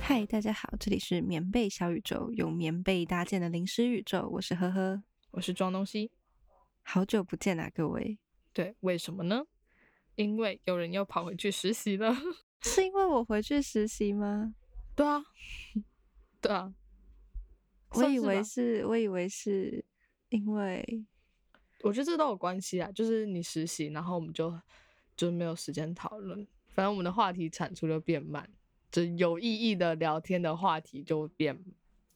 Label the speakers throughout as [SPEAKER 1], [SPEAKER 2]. [SPEAKER 1] 嗨，大家好，这里是棉被小宇宙，用棉被搭建的零食宇宙，我是呵呵，
[SPEAKER 2] 我是装东西。
[SPEAKER 1] 好久不见啊，各位，
[SPEAKER 2] 对，为什么呢？因为有人又跑回去实习了。
[SPEAKER 1] 是因为我回去实习吗？
[SPEAKER 2] 对啊， 对啊，
[SPEAKER 1] 我以为
[SPEAKER 2] 算吧
[SPEAKER 1] 是，我以为是因为
[SPEAKER 2] 我觉得这都有关系啊。就是你实习，然后我们就就没有时间讨论，反正我们的话题产出就变慢，就有意义的聊天的话题就变，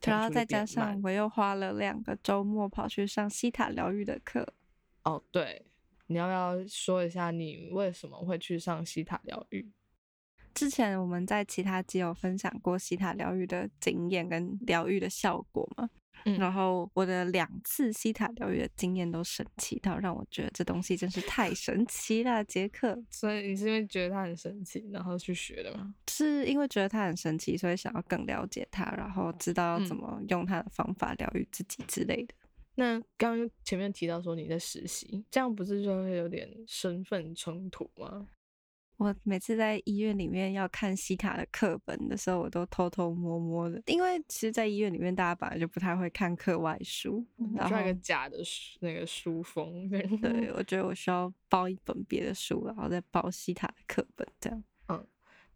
[SPEAKER 1] 然后
[SPEAKER 2] 产出就
[SPEAKER 1] 再
[SPEAKER 2] 变
[SPEAKER 1] 加上
[SPEAKER 2] 慢
[SPEAKER 1] 我又花了两个周末跑去上西塔疗愈的课。
[SPEAKER 2] 哦，对，你要不要说一下你为什么会去上西塔疗愈？
[SPEAKER 1] 之前我们在其他集有分享过西塔疗愈的经验跟疗愈的效果嘛，
[SPEAKER 2] 嗯
[SPEAKER 1] 然后我的两次西塔疗愈的经验都神奇到让我觉得这东西真是太神奇了，杰克。
[SPEAKER 2] 所以你是因为觉得它很神奇，然后去学的吗？
[SPEAKER 1] 是因为觉得它很神奇，所以想要更了解它，然后知道要
[SPEAKER 2] 嗯
[SPEAKER 1] 怎么用它的方法疗愈自己之类的。
[SPEAKER 2] 那刚刚前面提到说你在实习，这样不是就会有点身份冲突吗？
[SPEAKER 1] 我每次在医院里面要看西塔的课本的时候，我都偷偷摸摸的，因为其实，在医院里面大家本来就不太会看课外书，然后
[SPEAKER 2] 嗯抓一个假的书那个书封，对
[SPEAKER 1] 对我觉得我需要包一本别的书，然后再包西塔的课本，这样。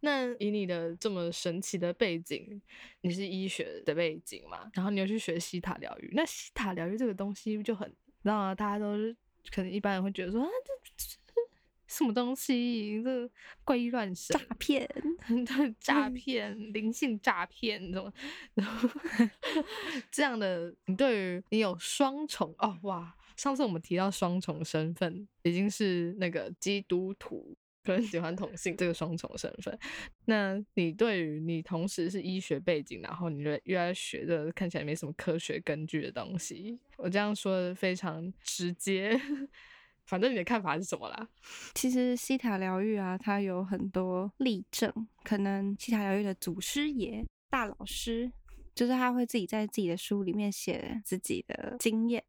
[SPEAKER 2] 那以你的这么神奇的背景，你是医学的背景嘛，然后你又去学西塔疗愈，那西塔疗愈这个东西就很，然后大家都是可能一般人会觉得说啊，这这这什么东西，这怪异乱神啊
[SPEAKER 1] 诈，骗，
[SPEAKER 2] 对诈骗、灵性诈骗这种， 然后这样的，你对于你有双重哦哇，上次我们提到双重身份，已经是那个基督徒跟喜欢同性这个双重身份。那你对于你同时是医学背景，然后你又又在学的看起来没什么科学根据的东西，我这样说的非常直接， 反正你的看法是什么啦？
[SPEAKER 1] 其实西塔疗愈啊，它有很多例证，可能西塔疗愈的祖师爷、大老师，就是他会自己在自己的书里面写自己的经验。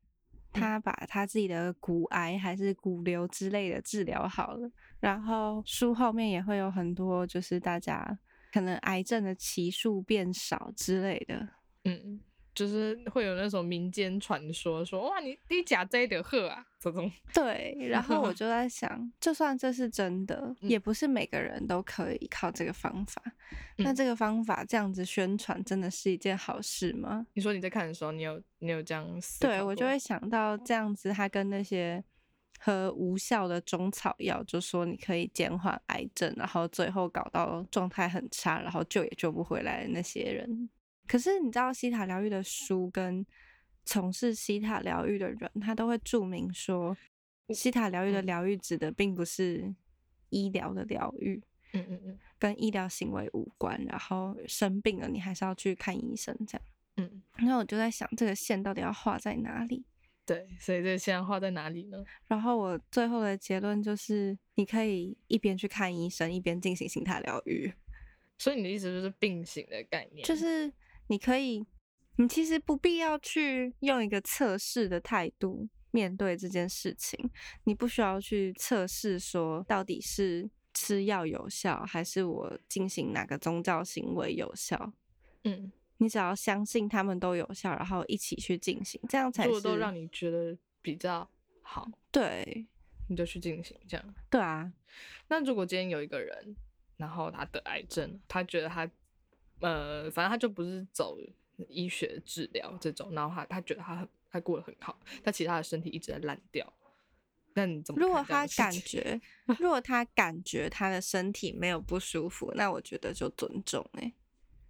[SPEAKER 1] 他把他自己的骨癌还是骨瘤之类的治疗好了，然后书后面也会有很多，就是大家可能癌症的期数变少之类的，
[SPEAKER 2] 嗯，就是会有那种民间传说说，哇，你你假这的鹤啊，这种，
[SPEAKER 1] 对，然后我就在想，就算这是真的，
[SPEAKER 2] 嗯
[SPEAKER 1] 也不是每个人都可以靠这个方法。那
[SPEAKER 2] 嗯
[SPEAKER 1] 这个方法这样子宣传，真的是一件好事吗？
[SPEAKER 2] 你说你在看的时候，你有你有这样思考
[SPEAKER 1] 对我就
[SPEAKER 2] 过
[SPEAKER 1] 会想到这样子，它跟那些喝无效的中草药，就说你可以减缓癌症，然后最后搞到状态很差，然后救也救不回来的那些人。可是你知道西塔疗愈的书跟从事西塔疗愈的人，他都会注明说，西塔疗愈的
[SPEAKER 2] 嗯
[SPEAKER 1] 疗愈指的并不是医疗的疗愈，
[SPEAKER 2] 嗯嗯嗯
[SPEAKER 1] 跟医疗行为无关。然后生病了，你还是要去看医生这样。
[SPEAKER 2] 嗯，
[SPEAKER 1] 然后我就在想，这个线到底要画在哪里？
[SPEAKER 2] 对，所以这个现在画在哪里呢？
[SPEAKER 1] 然后我最后的结论就是，你可以一边去看医生，一边进行心态疗愈，
[SPEAKER 2] 所以你的意思就是并行的概念，
[SPEAKER 1] 就是你可以，你其实不必要去用一个测试的态度面对这件事情，你不需要去测试说到底是吃药有效，还是我进行哪个宗教行为有效。
[SPEAKER 2] 嗯，
[SPEAKER 1] 你只要相信他们都有效，然后一起去进行，这样才
[SPEAKER 2] 做
[SPEAKER 1] 是
[SPEAKER 2] 都让你觉得比较好，
[SPEAKER 1] 对
[SPEAKER 2] 你就去进行这样。
[SPEAKER 1] 对啊，
[SPEAKER 2] 那如果今天有一个人，然后他得癌症，他觉得他，呃，反正他就不是走医学治疗这种，然后他他觉得他很他过得很好，但其实他的身体一直在烂掉。那你怎么看
[SPEAKER 1] 如果
[SPEAKER 2] 这
[SPEAKER 1] 他
[SPEAKER 2] 样的事
[SPEAKER 1] 感
[SPEAKER 2] 情，
[SPEAKER 1] 觉， 如果他感觉他的身体没有不舒服，那我觉得就尊重哎、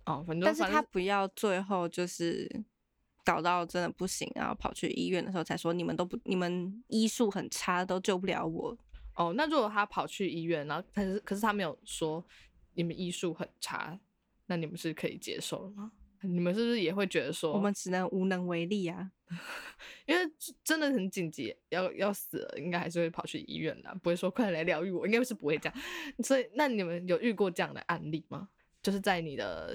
[SPEAKER 2] 哦，反正
[SPEAKER 1] 但是
[SPEAKER 2] 反
[SPEAKER 1] 他
[SPEAKER 2] 正
[SPEAKER 1] 不要最后就是搞到真的不行，然后跑去医院的时候才说你们都不，你们医术很差，都救不了我。
[SPEAKER 2] 哦，那如果他跑去医院，然后可是可是他没有说你们医术很差，那你们是可以接受的吗？你们是不是也会觉得说
[SPEAKER 1] 我们只能无能为力啊。
[SPEAKER 2] 因为真的很紧急，要要死了，应该还是会跑去医院的，啊不会说快点来疗愈我，应该是不会这样。所以，那你们有遇过这样的案例吗？就是在你的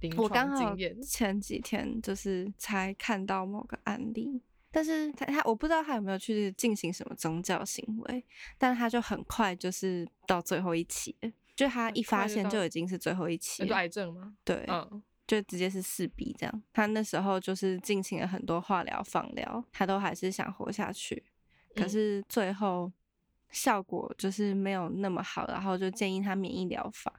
[SPEAKER 2] 临
[SPEAKER 1] 我刚
[SPEAKER 2] 床
[SPEAKER 1] 好
[SPEAKER 2] 经验，
[SPEAKER 1] 前几天就是才看到某个案例，但是他他我不知道他有没有去进行什么宗教行为，但他就很快就是到最后一起了，就他
[SPEAKER 2] 很
[SPEAKER 1] 一发
[SPEAKER 2] 快就
[SPEAKER 1] 现
[SPEAKER 2] 到
[SPEAKER 1] 就
[SPEAKER 2] 了
[SPEAKER 1] 已经是最后一期
[SPEAKER 2] 那就
[SPEAKER 1] 了，
[SPEAKER 2] 癌症吗？
[SPEAKER 1] 对，
[SPEAKER 2] 嗯，
[SPEAKER 1] 就直接是四比这样。他那时候就是进行了很多化疗、放疗，他都还是想活下去，可
[SPEAKER 2] 嗯
[SPEAKER 1] 是最后效果就是没有那么好，然后就建议他免疫疗法。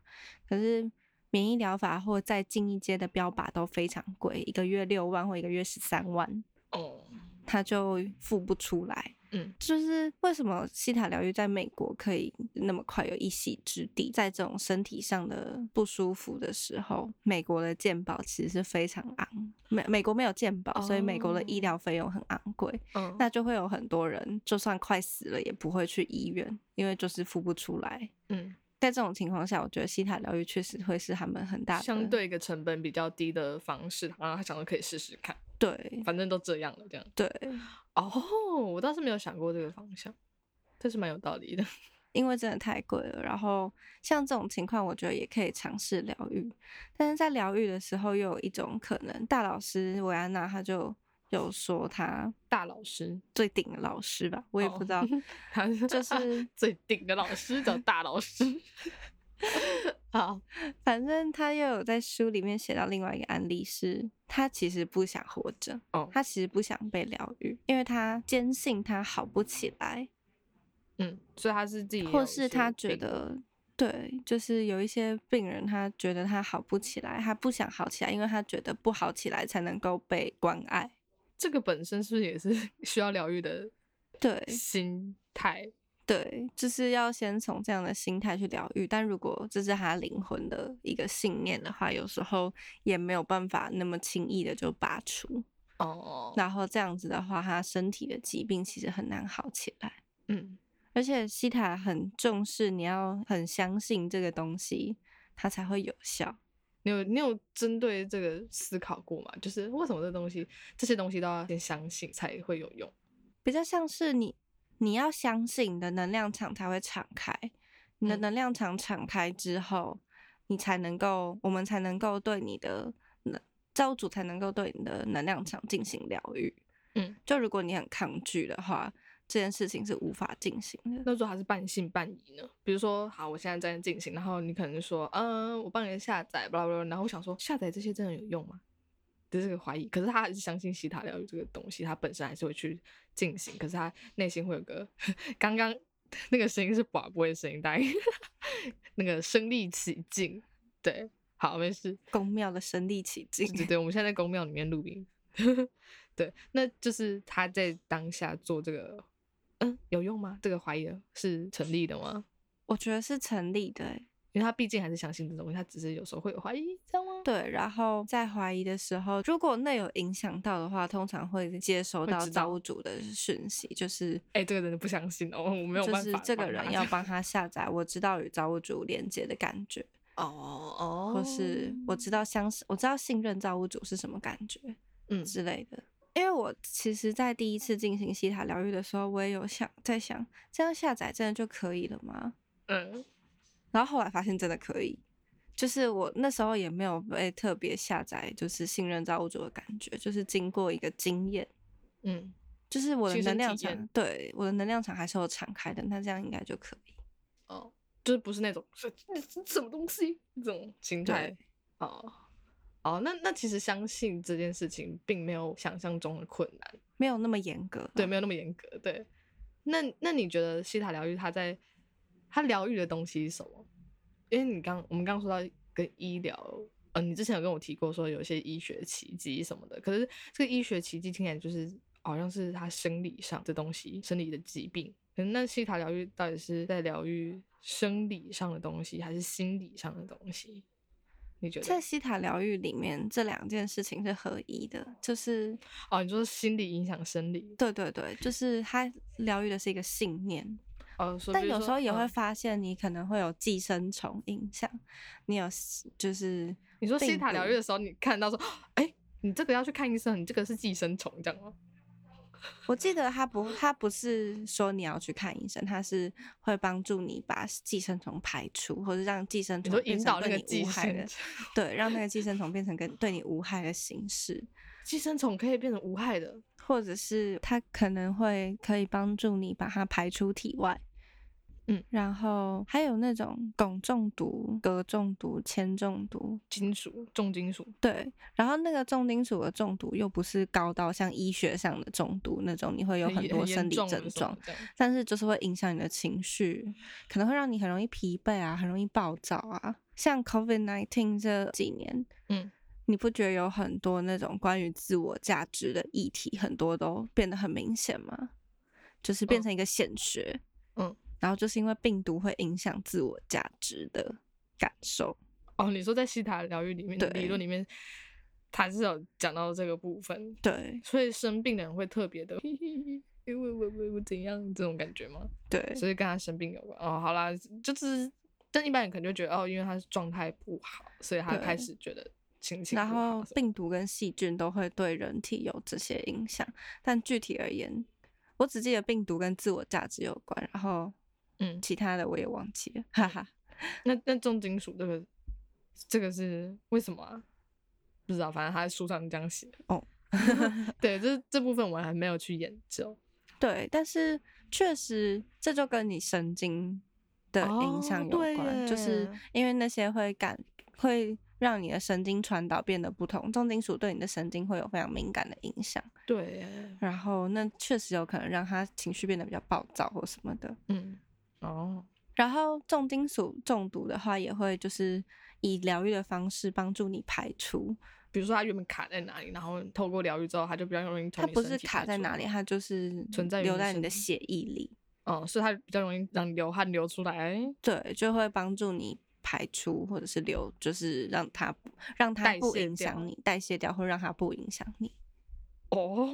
[SPEAKER 1] 可是免疫疗法或再进一阶的标靶都非常贵，一个月六万或一个月十三万，
[SPEAKER 2] 哦，
[SPEAKER 1] 他就付不出来。
[SPEAKER 2] 嗯，
[SPEAKER 1] 就是为什么西塔疗愈在美国可以那么快有一席之地？在这种身体上的不舒服的时候，美国的健保其实是非常昂，美美国没有健保，所以美国的医
[SPEAKER 2] 哦
[SPEAKER 1] 疗费用很昂贵，
[SPEAKER 2] 嗯，
[SPEAKER 1] 那就会有很多人就算快死了也不会去医院，因为就是付不出来。
[SPEAKER 2] 嗯，
[SPEAKER 1] 在这种情况下，我觉得西塔疗愈确实会是他们很大的
[SPEAKER 2] 相对一个成本比较低的方式，然后他想说可以试试看，
[SPEAKER 1] 对
[SPEAKER 2] 反正都这样了，这样。
[SPEAKER 1] 对，
[SPEAKER 2] 哦，我倒是没有想过这个方向，这是蛮有道理的。
[SPEAKER 1] 因为真的太贵了。然后像这种情况，我觉得也可以尝试疗愈，但是在疗愈的时候，又有一种可能，大老师维安娜她就有说她
[SPEAKER 2] 大老师，
[SPEAKER 1] 最顶的老师吧，我也不知
[SPEAKER 2] 哦
[SPEAKER 1] 道，
[SPEAKER 2] 他
[SPEAKER 1] 就是
[SPEAKER 2] 最顶的老师叫大 老师。好，
[SPEAKER 1] 反正她又有在书里面写到另外一个案例是，她其实不想活着，
[SPEAKER 2] 哦
[SPEAKER 1] 她其实不想被疗愈，因为她坚信她好不起来，
[SPEAKER 2] 嗯，所以他是自己有一些病，
[SPEAKER 1] 或是他觉得，对，就是有一些病人，他觉得他好不起来，他不想好起来，因为他觉得不好起来才能够被关爱。
[SPEAKER 2] 这个本身是不是 也是需要疗愈的
[SPEAKER 1] 对
[SPEAKER 2] 心态？
[SPEAKER 1] 对，就是要先从这样的心态去疗愈。但如果这是他灵魂的一个信念的话，有时候也没有办法那么轻易的就拔除。
[SPEAKER 2] 哦，
[SPEAKER 1] 然后这样子的话，他身体的疾病其实很难好起来。
[SPEAKER 2] 嗯，
[SPEAKER 1] 而且西塔很重视，你要很相信这个东西，它才会有效。
[SPEAKER 2] 你有你有针对这个思考过吗？就是为什么这东西这些东西都要先相信才会有用？
[SPEAKER 1] 比较像是你你要相信你的能量场才会敞开，你的
[SPEAKER 2] 嗯
[SPEAKER 1] 能量场敞开之后，你才能够，我们才能够对你的能造物主才能够对你的能量场进行疗愈。
[SPEAKER 2] 嗯，
[SPEAKER 1] 就如果你很抗拒的话，这件事情是无法进行的。
[SPEAKER 2] 那如果还是半信半疑呢？比如说，好，我现在在进行，然后你可能说，嗯，我帮你下载，巴拉巴拉，然后我想说，下载这些真的有用吗？的这个怀疑，可是他还是相信西塔疗愈这个东西，他本身还是会去进行，可是他内心会有个 刚刚那个声音是寡不会的声音，大概 那个身临其境，对，好，没事，
[SPEAKER 1] 宫庙的身临其境，
[SPEAKER 2] 对对对，我们现在在公庙里面录音。 对，那就是他在当下做这个，嗯，有用吗？这个怀疑是成立的吗？
[SPEAKER 1] 我觉得是成立的欸、
[SPEAKER 2] 因为他毕竟还是相信这东西，他只是有时候会有怀疑，这样吗？
[SPEAKER 1] 对，然后在怀疑的时候，如果那有影响到的话，通常会接收
[SPEAKER 2] 会
[SPEAKER 1] 到
[SPEAKER 2] 知
[SPEAKER 1] 造
[SPEAKER 2] 道
[SPEAKER 1] 物主的讯息，就是
[SPEAKER 2] 哎、这个人不相信哦，我没有
[SPEAKER 1] 就
[SPEAKER 2] 办法
[SPEAKER 1] 是
[SPEAKER 2] 帮他。
[SPEAKER 1] 这个人要 帮他下载我知道与造物主连接的感觉，
[SPEAKER 2] 哦哦，
[SPEAKER 1] 或是我知道相信我知道信任造物主是什么感觉
[SPEAKER 2] 嗯
[SPEAKER 1] 之类的。因为我其实，在第一次进行西塔疗愈的时候，我也有想在想，这样下载真的就可以了吗？
[SPEAKER 2] 嗯
[SPEAKER 1] 然后后来发现真的可以，就是我那时候也没有被特别下载，就是信任造物主的感觉，就是经过一个经验，
[SPEAKER 2] 嗯，
[SPEAKER 1] 就是我的
[SPEAKER 2] 亲身
[SPEAKER 1] 能量
[SPEAKER 2] 体验
[SPEAKER 1] 场，对我的能量场还是有敞开的，那这样应该就可以。
[SPEAKER 2] 哦，就是不是那种是这什么东西这种心态
[SPEAKER 1] 对
[SPEAKER 2] 哦。哦，那那其实相信这件事情并没有想象中的困难，
[SPEAKER 1] 没有那么严格，啊
[SPEAKER 2] 对，没有那么严格。对，那那你觉得西塔疗愈它在它疗愈的东西是什么？因为你刚我们刚刚说到跟医疗，呃，你之前有跟我提过说有一些医学奇迹什么的，可是这个医学奇迹听起来就是好像是他生理上的东西，生理的疾病。可是那西塔疗愈到底是在疗愈生理上的东西，还是心理上的东西？你觉
[SPEAKER 1] 在
[SPEAKER 2] 得？
[SPEAKER 1] 西塔疗愈里面，这两件事情是合一的，就是
[SPEAKER 2] 哦，你说心理影响生理，
[SPEAKER 1] 对对对，就是它疗愈的是一个信念，
[SPEAKER 2] 哦，说
[SPEAKER 1] 但
[SPEAKER 2] 比如
[SPEAKER 1] 有
[SPEAKER 2] 说
[SPEAKER 1] 时候也会
[SPEAKER 2] 嗯
[SPEAKER 1] 发现你可能会有寄生虫影响，你有就是
[SPEAKER 2] 你说西
[SPEAKER 1] 病
[SPEAKER 2] 塔疗愈
[SPEAKER 1] 毒
[SPEAKER 2] 的时候，你看到说，哎，你这个要去看医生，你这个是寄生虫，这样吗？
[SPEAKER 1] 我记得他不，他不是说你要去看医生，他是会帮助你把寄生虫排除，或者让寄生
[SPEAKER 2] 你
[SPEAKER 1] 虫
[SPEAKER 2] 说
[SPEAKER 1] 哦变
[SPEAKER 2] 引
[SPEAKER 1] 成
[SPEAKER 2] 导那
[SPEAKER 1] 对
[SPEAKER 2] 个
[SPEAKER 1] 你
[SPEAKER 2] 寄
[SPEAKER 1] 无害
[SPEAKER 2] 生
[SPEAKER 1] 的，
[SPEAKER 2] 虫，
[SPEAKER 1] 对，让那个寄生虫变成跟对你无害的形式。
[SPEAKER 2] 寄生虫可以变成无害的，
[SPEAKER 1] 或者是它可能会可以帮助你把它排出体外，
[SPEAKER 2] 嗯，
[SPEAKER 1] 然后还有那种汞中毒、镉中毒、铅中毒，
[SPEAKER 2] 金属、重金属，
[SPEAKER 1] 对，然后那个重金属的中毒又不是高到像医学上的中毒那种，你会有很
[SPEAKER 2] 严
[SPEAKER 1] 多
[SPEAKER 2] 严
[SPEAKER 1] 生理
[SPEAKER 2] 重
[SPEAKER 1] 症
[SPEAKER 2] 的什么
[SPEAKER 1] 状，
[SPEAKER 2] 这样
[SPEAKER 1] 但是就是会影响你的情绪，可能会让你很容易疲惫啊，很容易暴躁啊。像 COVID nineteen 这几年，
[SPEAKER 2] 嗯，
[SPEAKER 1] 你不觉得有很多那种关于自我价值的议题，很多都变得很明显吗？就是变
[SPEAKER 2] 嗯
[SPEAKER 1] 成一个显学，
[SPEAKER 2] 嗯，
[SPEAKER 1] 然后就是因为病毒会影响自我价值的感受，
[SPEAKER 2] 哦，你说在西塔疗愈里面的
[SPEAKER 1] 对
[SPEAKER 2] 理论里面，他是有讲到这个部分，
[SPEAKER 1] 对
[SPEAKER 2] 所以生病的人会特别的，嘿嘿嘿因为我我我怎样这种感觉吗？
[SPEAKER 1] 对
[SPEAKER 2] 所以跟他生病有关。哦，好啦，就是但一般人可能就觉得哦，因为他状态不好，所以他
[SPEAKER 1] 对
[SPEAKER 2] 开始觉得心情
[SPEAKER 1] 然
[SPEAKER 2] 不好啊
[SPEAKER 1] 后
[SPEAKER 2] 什么
[SPEAKER 1] 病毒跟细菌都会对人体有这些影响，但具体而言，我只记得病毒跟自我价值有关，然后
[SPEAKER 2] 嗯，
[SPEAKER 1] 其他的我也忘记了，哈哈。
[SPEAKER 2] 那那重金属这个这个是为什么啊？不知道，反正他在书上这样写。
[SPEAKER 1] 哦，
[SPEAKER 2] 对，这这部分我还没有去研究。
[SPEAKER 1] 对，但是确实这就跟你神经的影响
[SPEAKER 2] 哦
[SPEAKER 1] 有
[SPEAKER 2] 对
[SPEAKER 1] 关，就是
[SPEAKER 2] 耶
[SPEAKER 1] 因为那些会感会让你的神经传导变得不同，重金属对你的神经会有非常敏感的影响，
[SPEAKER 2] 对耶，
[SPEAKER 1] 然后那确实有可能让他情绪变得比较暴躁或什么的。
[SPEAKER 2] 嗯，哦，
[SPEAKER 1] 然后重金属中毒的话，也会就是以疗愈的方式帮助你排除。
[SPEAKER 2] 比如说他原本卡在哪里，然后透过疗愈之后，他就比较容易从
[SPEAKER 1] 它
[SPEAKER 2] 你
[SPEAKER 1] 不
[SPEAKER 2] 身
[SPEAKER 1] 是
[SPEAKER 2] 体
[SPEAKER 1] 卡
[SPEAKER 2] 排
[SPEAKER 1] 在
[SPEAKER 2] 出
[SPEAKER 1] 哪里，它就是
[SPEAKER 2] 存在于
[SPEAKER 1] 留
[SPEAKER 2] 你
[SPEAKER 1] 在你
[SPEAKER 2] 身
[SPEAKER 1] 的
[SPEAKER 2] 体
[SPEAKER 1] 血液里，
[SPEAKER 2] 哦，所以它比较容易让流汗流出来，哎
[SPEAKER 1] 对，就会帮助你排出或者是留，就是让它不让它
[SPEAKER 2] 代
[SPEAKER 1] 不
[SPEAKER 2] 谢
[SPEAKER 1] 影
[SPEAKER 2] 掉
[SPEAKER 1] 响你代谢掉，或让它不影响你。
[SPEAKER 2] 哦，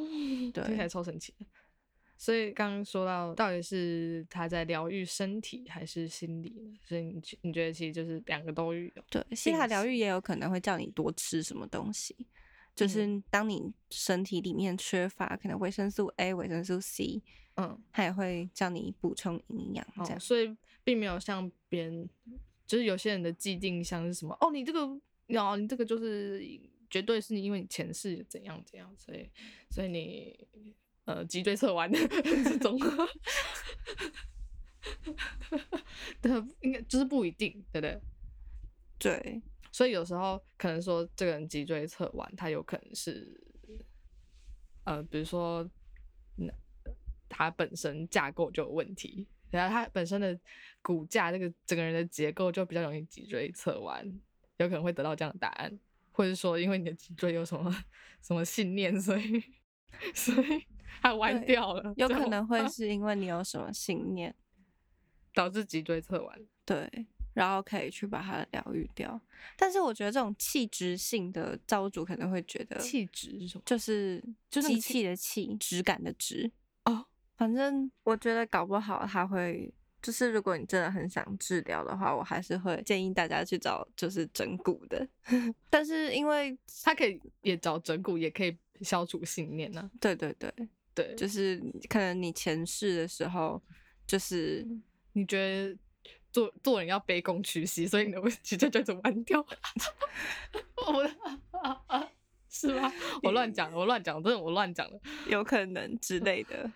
[SPEAKER 1] 对
[SPEAKER 2] 听起来超神奇的。所以刚刚说到，到底是他在疗愈身体还是心理呢？所以你觉你觉得其实就是两个都有。
[SPEAKER 1] 对，西塔
[SPEAKER 2] 饮
[SPEAKER 1] 疗
[SPEAKER 2] 食
[SPEAKER 1] 愈也有可能会叫你多吃什么东西，
[SPEAKER 2] 嗯
[SPEAKER 1] 就是当你身体里面缺乏可能维生素 A、维生素 C，
[SPEAKER 2] 嗯，
[SPEAKER 1] 它也会叫你补充营养，这
[SPEAKER 2] 哦，
[SPEAKER 1] 样。
[SPEAKER 2] 所以并没有像别人，就是有些人的既定像是什么哦，你这个，哦，你这个就是绝对是你因为你前世怎样怎样，所以所以你呃脊椎侧弯 这种，对，应该就是不一定，对不对？
[SPEAKER 1] 对，
[SPEAKER 2] 所以有时候可能说这个人脊椎侧弯，他有可能是，呃，比如说，嗯，他本身架构就有问题，然后他本身的骨架这个整个人的结构就比较容易脊椎侧弯，有可能会得到这样的答案，或者说因为你的脊椎有什么什么信念，所以所以它弯
[SPEAKER 1] 对
[SPEAKER 2] 掉了，
[SPEAKER 1] 有
[SPEAKER 2] 这
[SPEAKER 1] 可
[SPEAKER 2] 样
[SPEAKER 1] 能会是因为你有什么信念，
[SPEAKER 2] 导致脊椎侧弯。
[SPEAKER 1] 对，然后可以去把它疗愈掉。但是我觉得这种气质性的造物主可能会觉得，
[SPEAKER 2] 气质是什么？
[SPEAKER 1] 就是
[SPEAKER 2] 就那个
[SPEAKER 1] 机
[SPEAKER 2] 气
[SPEAKER 1] 器的气，质感的质。
[SPEAKER 2] 哦，
[SPEAKER 1] 反正我觉得搞不好他会，就是如果你真的很想治疗的话，我还是会建议大家去找就是整骨的。 但是因为
[SPEAKER 2] 它可以也找整骨，也可以消除信念呢、
[SPEAKER 1] 对对对，
[SPEAKER 2] 对，
[SPEAKER 1] 就是可能你前世的时候，就是
[SPEAKER 2] 你觉得做做人要卑躬屈膝，所以你的 脊椎就一直弯掉。 我的 是吗？我乱讲的，我乱讲的，真的我乱讲的。
[SPEAKER 1] 有可能之
[SPEAKER 2] 嗯
[SPEAKER 1] 类的，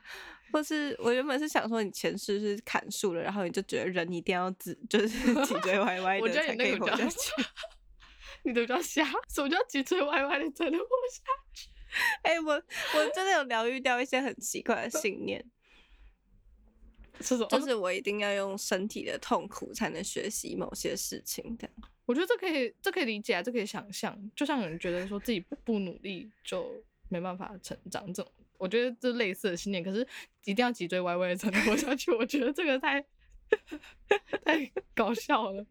[SPEAKER 1] 或是我原本是想说你前世是砍树了，然后你就觉得人一定要自就是 脊椎歪歪
[SPEAKER 2] 我
[SPEAKER 1] 的
[SPEAKER 2] 觉得
[SPEAKER 1] 才
[SPEAKER 2] 你
[SPEAKER 1] 可
[SPEAKER 2] 那
[SPEAKER 1] 以
[SPEAKER 2] 个
[SPEAKER 1] 活下
[SPEAKER 2] 比较
[SPEAKER 1] 去。，
[SPEAKER 2] 你的比较瞎。什么叫 脊椎歪歪的才 能活下去？
[SPEAKER 1] 哎、我我真的有疗愈掉一些很奇怪的信念，
[SPEAKER 2] 嗯是什么？
[SPEAKER 1] 就是我一定要用身体的痛苦才能学习某些事情这样。
[SPEAKER 2] 我觉得这可以，这可以理解啊，这可以想象。就像有人觉得说自己不努力就没办法成长，这种我觉得这类似的信念，可是一定要脊椎歪歪的才能活下去。我觉得这个太 太搞笑了，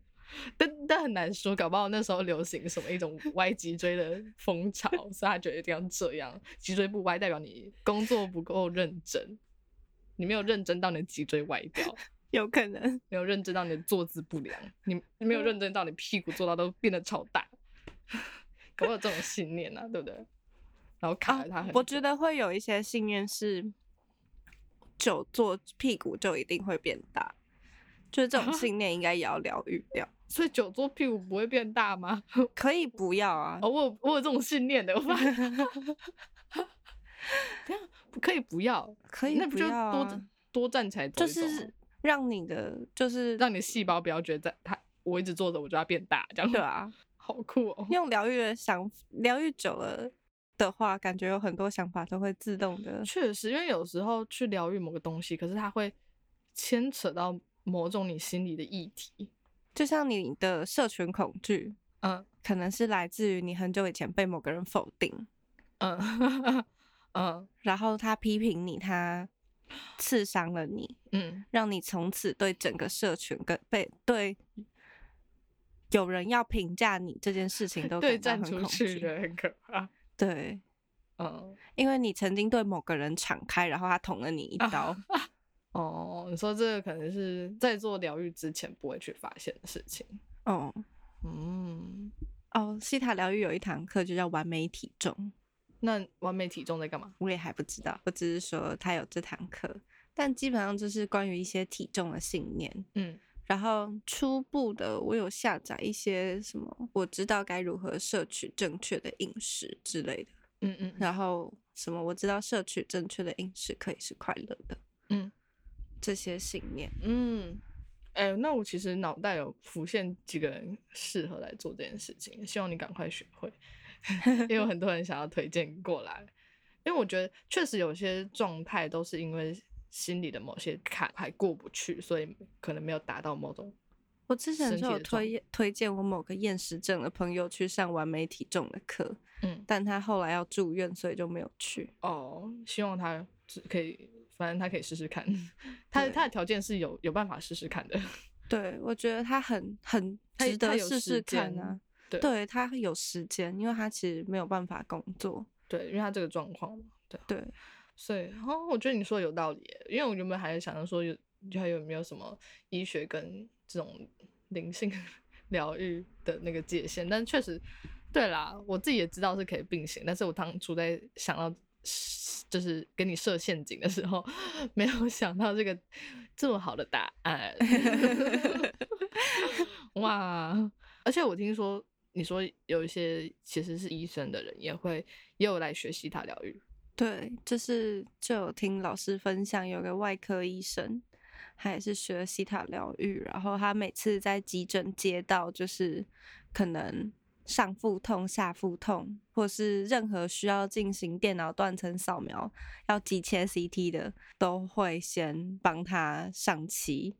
[SPEAKER 2] 但但很难说，搞不好那时候流行什么一种歪脊椎的风潮，所以他觉得一定要这样，脊椎不歪代表你工作不够认真，你没有认真到你的脊椎歪掉。
[SPEAKER 1] 有可能，
[SPEAKER 2] 没有认真到你的坐姿不良，你你没有认真到你屁股坐到都变得超大， 可不好有这种信念啊，对不对？然后卡了他很久、
[SPEAKER 1] 啊我觉得会有一些信念是，久坐屁股就一定会变大，就是 这种信念应该也要疗愈掉，
[SPEAKER 2] 所以久坐屁股不会变大吗？
[SPEAKER 1] 可以不要啊，
[SPEAKER 2] 哦，我有我有这种信念的，我 发现。不要，可以不要，
[SPEAKER 1] 可以
[SPEAKER 2] 那不
[SPEAKER 1] 不
[SPEAKER 2] 就
[SPEAKER 1] 要
[SPEAKER 2] 多
[SPEAKER 1] 啊
[SPEAKER 2] 站多站起来走
[SPEAKER 1] 就
[SPEAKER 2] 一走吗啊
[SPEAKER 1] 是让你的就是
[SPEAKER 2] 让你的细胞不要觉得它我一直坐着我就要变大这样。
[SPEAKER 1] 对，啊，
[SPEAKER 2] 好酷哦。
[SPEAKER 1] 用疗愈的想疗愈久了的话，感觉有很多想法都会自动的
[SPEAKER 2] 确实，因为有时候去疗愈某个东西，可是它会牵扯到某种你心里的议题。
[SPEAKER 1] 就像你的社群恐惧，
[SPEAKER 2] 嗯
[SPEAKER 1] 可能是来自于你很久以前被某个人否定，
[SPEAKER 2] 嗯 嗯
[SPEAKER 1] 然后他批评你，他刺伤了你，
[SPEAKER 2] 嗯，
[SPEAKER 1] 让你从此对整个社群跟被对有人要评价你这件事情都
[SPEAKER 2] 对，
[SPEAKER 1] 感
[SPEAKER 2] 站
[SPEAKER 1] 到很
[SPEAKER 2] 出
[SPEAKER 1] 恐
[SPEAKER 2] 去
[SPEAKER 1] 惧
[SPEAKER 2] 的很可怕。
[SPEAKER 1] 对，
[SPEAKER 2] 嗯，
[SPEAKER 1] 因为你曾经对某个人敞开，然后他捅了你一刀，
[SPEAKER 2] 哦，你说这个可能是在做疗愈之前不会去发现的事情。
[SPEAKER 1] 哦
[SPEAKER 2] 嗯，
[SPEAKER 1] 哦，西塔疗愈有一堂课就叫完美体重，
[SPEAKER 2] 那完美体重在干嘛？
[SPEAKER 1] 我也还不知道，我只是说他有这堂课，但基本上就是关于一些体重的信念。
[SPEAKER 2] 嗯
[SPEAKER 1] 然后初步的，我有下载一些什么，我知道该如何摄取正确的饮食之类的。
[SPEAKER 2] 嗯嗯嗯
[SPEAKER 1] 然后什么，我知道摄取正确的饮食可以是快乐的
[SPEAKER 2] 嗯
[SPEAKER 1] 这些信念。
[SPEAKER 2] 嗯。哎、那我其实脑袋有浮现几个人适合来做这件事情，希望你赶快学会， 因为有很多人想要推荐过来。因为我觉得确实有些状态都是因为心里的某些坎还过不去，所以可能没有达到某种
[SPEAKER 1] 我之前
[SPEAKER 2] 身
[SPEAKER 1] 就
[SPEAKER 2] 体
[SPEAKER 1] 有
[SPEAKER 2] 的状
[SPEAKER 1] 推推荐我某个厌食症的朋友去上完美体重的课，
[SPEAKER 2] 嗯
[SPEAKER 1] 但他后来要住院，所以就没有去。
[SPEAKER 2] 哦，希望他只可以，反正他可以试试看， 他
[SPEAKER 1] 对
[SPEAKER 2] 他的条件是有有办法试试看的，
[SPEAKER 1] 对，我觉得他很很
[SPEAKER 2] 他
[SPEAKER 1] 值
[SPEAKER 2] 他
[SPEAKER 1] 得
[SPEAKER 2] 有
[SPEAKER 1] 试
[SPEAKER 2] 时
[SPEAKER 1] 试看
[SPEAKER 2] 间
[SPEAKER 1] 啊。
[SPEAKER 2] 对
[SPEAKER 1] 对他有时间，因为他其实没有办法工作。
[SPEAKER 2] 对，因为他这个状况嘛，对。
[SPEAKER 1] 对，
[SPEAKER 2] 所以，哦，我觉得你说的有道理耶，因为我原本还想着说有还有没有什么医学跟这种灵性 疗愈的那个界限，但确实，对啦，我自己也知道是可以并行，但是我当初在想到就是给你设陷阱的时候， 没有想到这个这么好的答案， 哇！而且我听说你说有一些其实是医生的人也会也有来学习塔疗愈。
[SPEAKER 1] 对，就是就有听老师分享，有个外科医生，他也是学西塔疗愈，然后他每次在急诊接到就是可能上腹痛、下腹痛，或是任何需要进行电脑断层扫描、要急切 CT 的，都会先帮他上漆，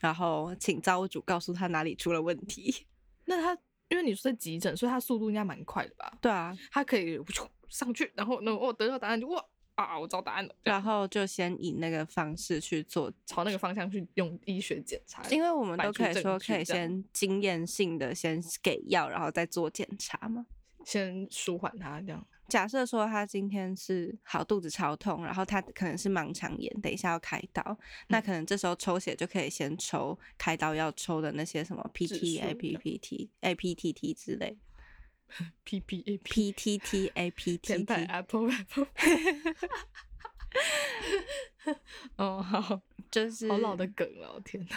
[SPEAKER 1] 然后请造物主告诉他哪里出了问题。
[SPEAKER 2] 那他因为你说在急诊，所以他速度应该蛮快的吧？
[SPEAKER 1] 对啊，
[SPEAKER 2] 他可以咻上去，然后呢，我得到答案就哇啊，我找答案了，这样
[SPEAKER 1] 然后就先以那个方式去做
[SPEAKER 2] 朝那个方向去用医学检查，
[SPEAKER 1] 因为我们
[SPEAKER 2] 摆
[SPEAKER 1] 都
[SPEAKER 2] 出
[SPEAKER 1] 可以
[SPEAKER 2] 证
[SPEAKER 1] 说
[SPEAKER 2] 据
[SPEAKER 1] 可以
[SPEAKER 2] 这样
[SPEAKER 1] 先经验性的先给药，然后再做检查嘛。
[SPEAKER 2] 先舒缓他这样。
[SPEAKER 1] 假设说他今天是好肚子超痛，然后他可能是盲肠炎，等一下要开刀，那
[SPEAKER 2] 嗯
[SPEAKER 1] 可能这时候抽血就可以先抽开刀要抽的那些什么 PT、
[SPEAKER 2] 数的
[SPEAKER 1] APPT、APTT 之类
[SPEAKER 2] P P A P
[SPEAKER 1] ，PTT、
[SPEAKER 2] 前啊排
[SPEAKER 1] APTT，
[SPEAKER 2] Apple Apple，哦好，好
[SPEAKER 1] 就是
[SPEAKER 2] 老的梗了，我天哪！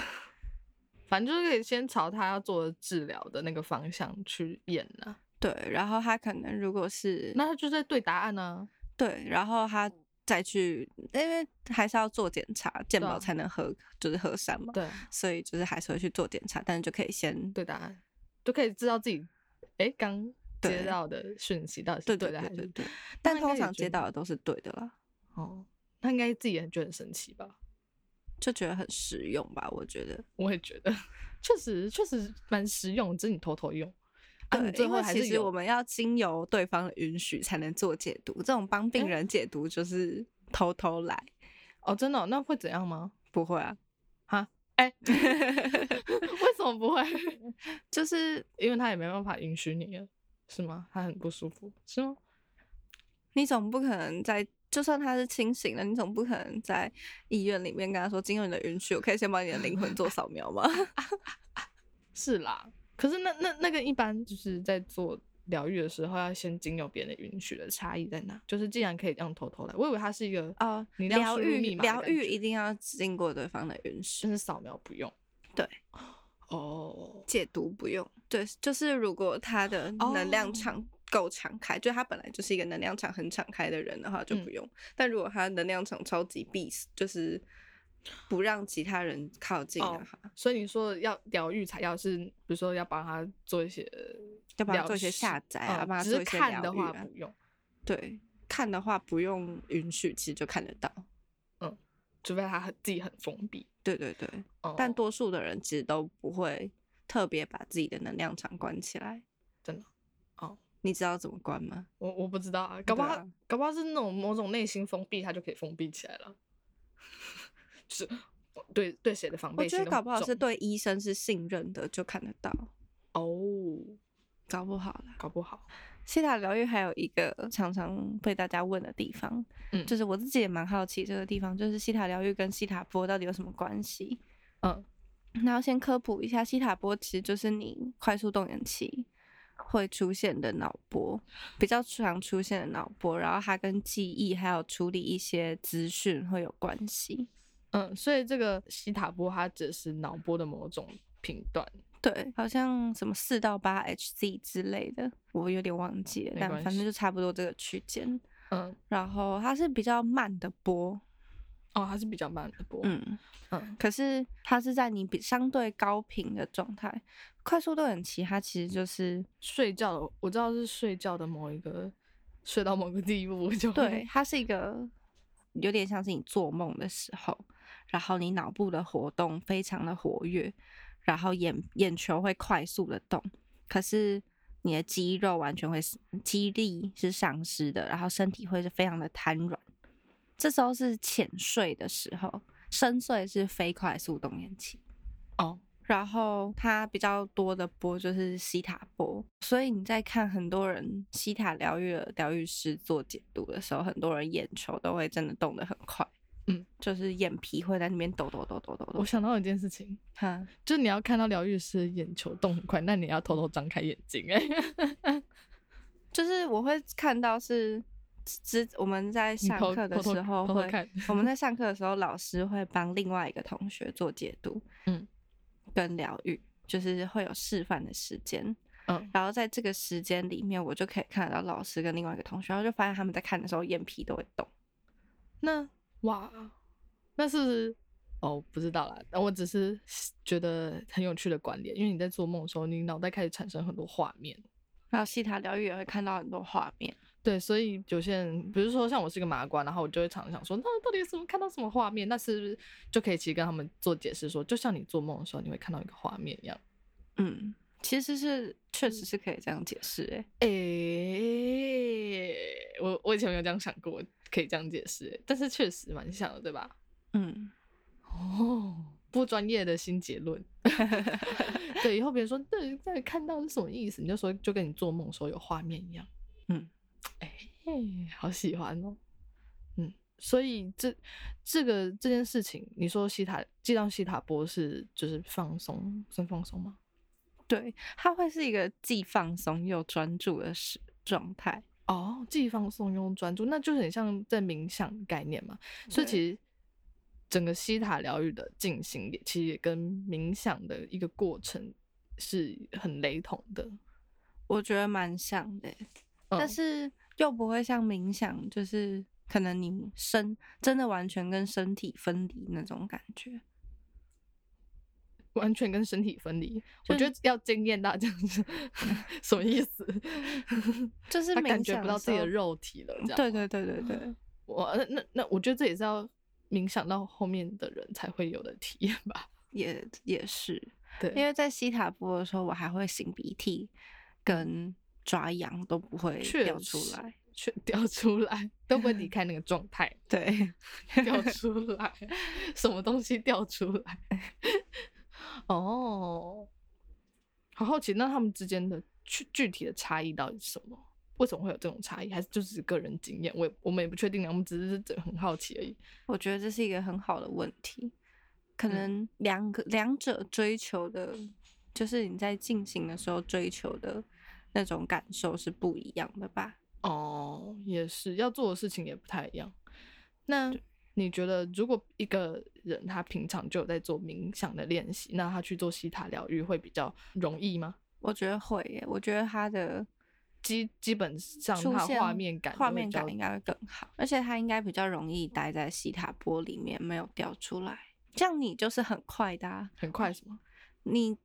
[SPEAKER 2] 反正就是可以先朝他要做的治疗的那个方向去演呐、
[SPEAKER 1] 对。然后他可能如果是
[SPEAKER 2] 那他就在对答案啊呢、
[SPEAKER 1] 对，然后他再去，因为还是要做检查，健
[SPEAKER 2] 对啊
[SPEAKER 1] 保才能核就是核删嘛。
[SPEAKER 2] 对啊
[SPEAKER 1] 所以就是还是会去做检查，但是就可以先
[SPEAKER 2] 对答案，就可以知道自己哎刚接
[SPEAKER 1] 对
[SPEAKER 2] 到的讯息到底
[SPEAKER 1] 对
[SPEAKER 2] 是对的还
[SPEAKER 1] 对
[SPEAKER 2] 是
[SPEAKER 1] 对对。
[SPEAKER 2] 那
[SPEAKER 1] 但
[SPEAKER 2] 应该
[SPEAKER 1] 通
[SPEAKER 2] 也
[SPEAKER 1] 常接
[SPEAKER 2] 觉得
[SPEAKER 1] 到的都是对的啦，
[SPEAKER 2] 哦，他应该自己也觉得很生气吧？
[SPEAKER 1] 就觉得很实用吧，我觉得。
[SPEAKER 2] 我也觉得，确实确实蛮实用，只是你偷偷用。啊，你
[SPEAKER 1] 对，
[SPEAKER 2] 最
[SPEAKER 1] 因
[SPEAKER 2] 后
[SPEAKER 1] 为
[SPEAKER 2] 还
[SPEAKER 1] 其
[SPEAKER 2] 是
[SPEAKER 1] 实我
[SPEAKER 2] 有
[SPEAKER 1] 们要经由对方的允许才能做解读，这种帮病
[SPEAKER 2] 哎
[SPEAKER 1] 人解读就是偷偷来，
[SPEAKER 2] 哦，真的哦、那会怎样吗？
[SPEAKER 1] 不会啊，
[SPEAKER 2] 哎，为什么不会？
[SPEAKER 1] 就是
[SPEAKER 2] 因为他也没办法允许你了，是吗？他很不舒服，是吗？
[SPEAKER 1] 你总不可能在。就算他是清醒的，你总不可能在医院里面跟他说：“经由你的允许，我可以先把你的灵魂做扫 描吗
[SPEAKER 2] 是啦，可是那那那个一般就是在做疗愈的时候，要先经由别人的允许的差异在哪？就是既然可以这样偷偷来，我以为它是一个？”
[SPEAKER 1] 哦，
[SPEAKER 2] 你那样
[SPEAKER 1] 疗
[SPEAKER 2] 输入
[SPEAKER 1] 愈
[SPEAKER 2] 密码的
[SPEAKER 1] 疗
[SPEAKER 2] 感
[SPEAKER 1] 愈
[SPEAKER 2] 觉
[SPEAKER 1] 一定要经过对方的允许
[SPEAKER 2] 就。是扫描不用。
[SPEAKER 1] 对，
[SPEAKER 2] 哦，
[SPEAKER 1] 解读不用，对，就是如果他的能量
[SPEAKER 2] 哦
[SPEAKER 1] 场够敞开就他本来就是一个能量场很敞开的人的话，就
[SPEAKER 2] 嗯
[SPEAKER 1] 不用。但如果他能量场超级闭，就是不让其他人靠近的
[SPEAKER 2] 哦
[SPEAKER 1] 话，
[SPEAKER 2] 所以你说的要疗愈材料是，比如说要帮他做一些
[SPEAKER 1] 要帮他
[SPEAKER 2] 疗
[SPEAKER 1] 做一些
[SPEAKER 2] 适
[SPEAKER 1] 下载啊
[SPEAKER 2] 哦
[SPEAKER 1] 帮他
[SPEAKER 2] 只
[SPEAKER 1] 做
[SPEAKER 2] 是
[SPEAKER 1] 一些
[SPEAKER 2] 看
[SPEAKER 1] 疗
[SPEAKER 2] 的
[SPEAKER 1] 愈
[SPEAKER 2] 话
[SPEAKER 1] 啊
[SPEAKER 2] 不用，
[SPEAKER 1] 对，看的话不用允许，其实就看得到。
[SPEAKER 2] 除非他很自己很封闭。
[SPEAKER 1] 对对对，
[SPEAKER 2] 哦、
[SPEAKER 1] 但多数的人其实都不会特别把自己的能量场关起来。
[SPEAKER 2] 真的哦，
[SPEAKER 1] 你知道怎么关吗？
[SPEAKER 2] 我我不知道啊，搞不好、
[SPEAKER 1] 对啊
[SPEAKER 2] 搞不好是那种某种内心封闭，他就可以封闭起来了，就是我对对谁的防
[SPEAKER 1] 我
[SPEAKER 2] 备
[SPEAKER 1] 觉得
[SPEAKER 2] 心都
[SPEAKER 1] 搞
[SPEAKER 2] 很
[SPEAKER 1] 不好是
[SPEAKER 2] 重
[SPEAKER 1] 对医生是信任的，就看得到。
[SPEAKER 2] 哦，
[SPEAKER 1] 搞不好啦，
[SPEAKER 2] 搞不好
[SPEAKER 1] 西塔疗愈还有一个常常被大家问的地方，
[SPEAKER 2] 嗯
[SPEAKER 1] 就是我自己也蛮好奇这个地方，就是西塔疗愈跟西塔波到底有什么关系？
[SPEAKER 2] 嗯，
[SPEAKER 1] 那要先科普一下，西塔波其实就是你快速动眼期会出现的脑波，比较常出现的脑波，然后它跟记忆还有处理一些资讯会有关系。
[SPEAKER 2] 嗯，所以这个西塔波它只是脑波的某种频段，
[SPEAKER 1] 对，好像什么四到八 Hz 之类的，我有点忘记了，
[SPEAKER 2] 没
[SPEAKER 1] 但
[SPEAKER 2] 关
[SPEAKER 1] 反
[SPEAKER 2] 系
[SPEAKER 1] 正就差不多这个区间。
[SPEAKER 2] 嗯，
[SPEAKER 1] 然后它是比较慢的波，
[SPEAKER 2] 哦，它是比较慢的波，
[SPEAKER 1] 嗯，
[SPEAKER 2] 嗯
[SPEAKER 1] 可是它是在你比相对高频的状态。快速动眼期它其实就是
[SPEAKER 2] 睡觉的我知道是睡觉的某一个睡到某个地步就会
[SPEAKER 1] 对，它是一个有点像是你做梦的时候，然后你脑部的活动非常的活跃，然后眼眼球会快速的动，可是你的肌肉完全会是肌力是丧失的，然后身体会是非常的瘫软。这时候是浅睡的时候，深睡是非快速动眼期。
[SPEAKER 2] 哦，
[SPEAKER 1] 然后它比较多的波就是西塔波，所以你在看很多人西塔疗愈的疗愈师做解读的时候，很多人眼球都会真的动得很快，
[SPEAKER 2] 嗯，
[SPEAKER 1] 就是眼皮会在那边抖抖抖抖抖抖
[SPEAKER 2] 我。想到一件事情，
[SPEAKER 1] 哈，
[SPEAKER 2] 就你要看到疗愈师的眼球动很快，那你要偷偷张开眼睛、哎，
[SPEAKER 1] 就是我会看到是之我们在
[SPEAKER 2] 你
[SPEAKER 1] 上
[SPEAKER 2] 偷
[SPEAKER 1] 课的
[SPEAKER 2] 偷偷
[SPEAKER 1] 时候
[SPEAKER 2] 偷偷
[SPEAKER 1] 会
[SPEAKER 2] 看
[SPEAKER 1] 我 们在上课的时候，老师会帮另外一个同学做解读，
[SPEAKER 2] 嗯，
[SPEAKER 1] 跟疗愈，就是会有示范的时间，
[SPEAKER 2] 嗯，
[SPEAKER 1] 然后在这个时间里面，我就可以看得到老师跟另外一个同学，然后就发现他们在看的时候眼皮都会动。
[SPEAKER 2] 那哇，那是哦，不知道啦。那我只是觉得很有趣的关联，因为你在做梦的时候，你脑袋开始产生很多画面。
[SPEAKER 1] 然后西塔疗愈也会看到很多画面，
[SPEAKER 2] 对，所以有些人，比如说像我是个麻瓜，然后我就会常常想说，那到底什么看到什么画面？那是不是就可以其实跟他们做解释说，就像你做梦的时候，你会看到一个画面一样。
[SPEAKER 1] 嗯，其实是确
[SPEAKER 2] 嗯
[SPEAKER 1] 实是可以这样解释、欸，
[SPEAKER 2] 诶、我我以前没有这样想过，可以这样解释、但是确实蛮像的，对吧？
[SPEAKER 1] 嗯，
[SPEAKER 2] 哦， 不专业的新结论。 对，以后别人说对，在看到是什么意思，你就说就跟你做梦说有画面一样。
[SPEAKER 1] 嗯，
[SPEAKER 2] 哎、好喜欢哦。嗯，所以这这个这件事情，你说西塔既让西塔波是就是放松，算放松吗？
[SPEAKER 1] 对，它会是一个既放松又专注的时状态。
[SPEAKER 2] 哦，既放松又专注，那就很像在冥想的概念嘛。所以
[SPEAKER 1] 对
[SPEAKER 2] 其实整个西塔疗愈的进行也，其实也跟冥想的一个过程是很雷同的。
[SPEAKER 1] 我觉得蛮像的欸、但
[SPEAKER 2] 嗯
[SPEAKER 1] 是又不会像冥想，就是可能你身真的完全跟身体分离那种感觉。
[SPEAKER 2] 完全跟身体分离，我
[SPEAKER 1] 就
[SPEAKER 2] 觉得要惊艳到这样子，什么意思？
[SPEAKER 1] 就是
[SPEAKER 2] 他
[SPEAKER 1] 冥
[SPEAKER 2] 感觉
[SPEAKER 1] 想
[SPEAKER 2] 不到
[SPEAKER 1] 的时
[SPEAKER 2] 自己的
[SPEAKER 1] 候
[SPEAKER 2] 肉 体了，这样
[SPEAKER 1] 对
[SPEAKER 2] 吗嗯
[SPEAKER 1] 对对对对，
[SPEAKER 2] 我那那那，我觉得这也是要冥想到后面的人才会有的体验吧。
[SPEAKER 1] 也也是，
[SPEAKER 2] 对，
[SPEAKER 1] 因为在西塔波的时候，我还会擤鼻涕，跟抓痒都不会
[SPEAKER 2] 确
[SPEAKER 1] 掉出
[SPEAKER 2] 实
[SPEAKER 1] 来。
[SPEAKER 2] 去掉出来，都不会离开那个状态。
[SPEAKER 1] 对，
[SPEAKER 2] 掉出来，什么东西掉出 来？哦，好好奇，那他们之间的具具体的差异到底是什么？为什么会有这种差异？还是就是个人经验？我也我们也不确定啊，我们只是很好奇而已。
[SPEAKER 1] 我觉得这是一个很好的问题。可
[SPEAKER 2] 嗯
[SPEAKER 1] 能两个两者追求的，就是你在进行的时候追求的那种感受是不一样的吧？
[SPEAKER 2] 哦，也是要做的事情也不太一样。那你觉得，如果一个人他平常就有在做冥想的练习，那他去做西塔疗愈会比较容易吗？
[SPEAKER 1] 我觉得会耶，我觉得它的
[SPEAKER 2] 基基本上
[SPEAKER 1] 出
[SPEAKER 2] 他
[SPEAKER 1] 现
[SPEAKER 2] 画面感
[SPEAKER 1] 画
[SPEAKER 2] 就会
[SPEAKER 1] 面
[SPEAKER 2] 比较
[SPEAKER 1] 感应该会更好，而且它应该比较容易待在西塔波里面，没有掉出来。这样你就是很快的、啊，
[SPEAKER 2] 很快什么？
[SPEAKER 1] 你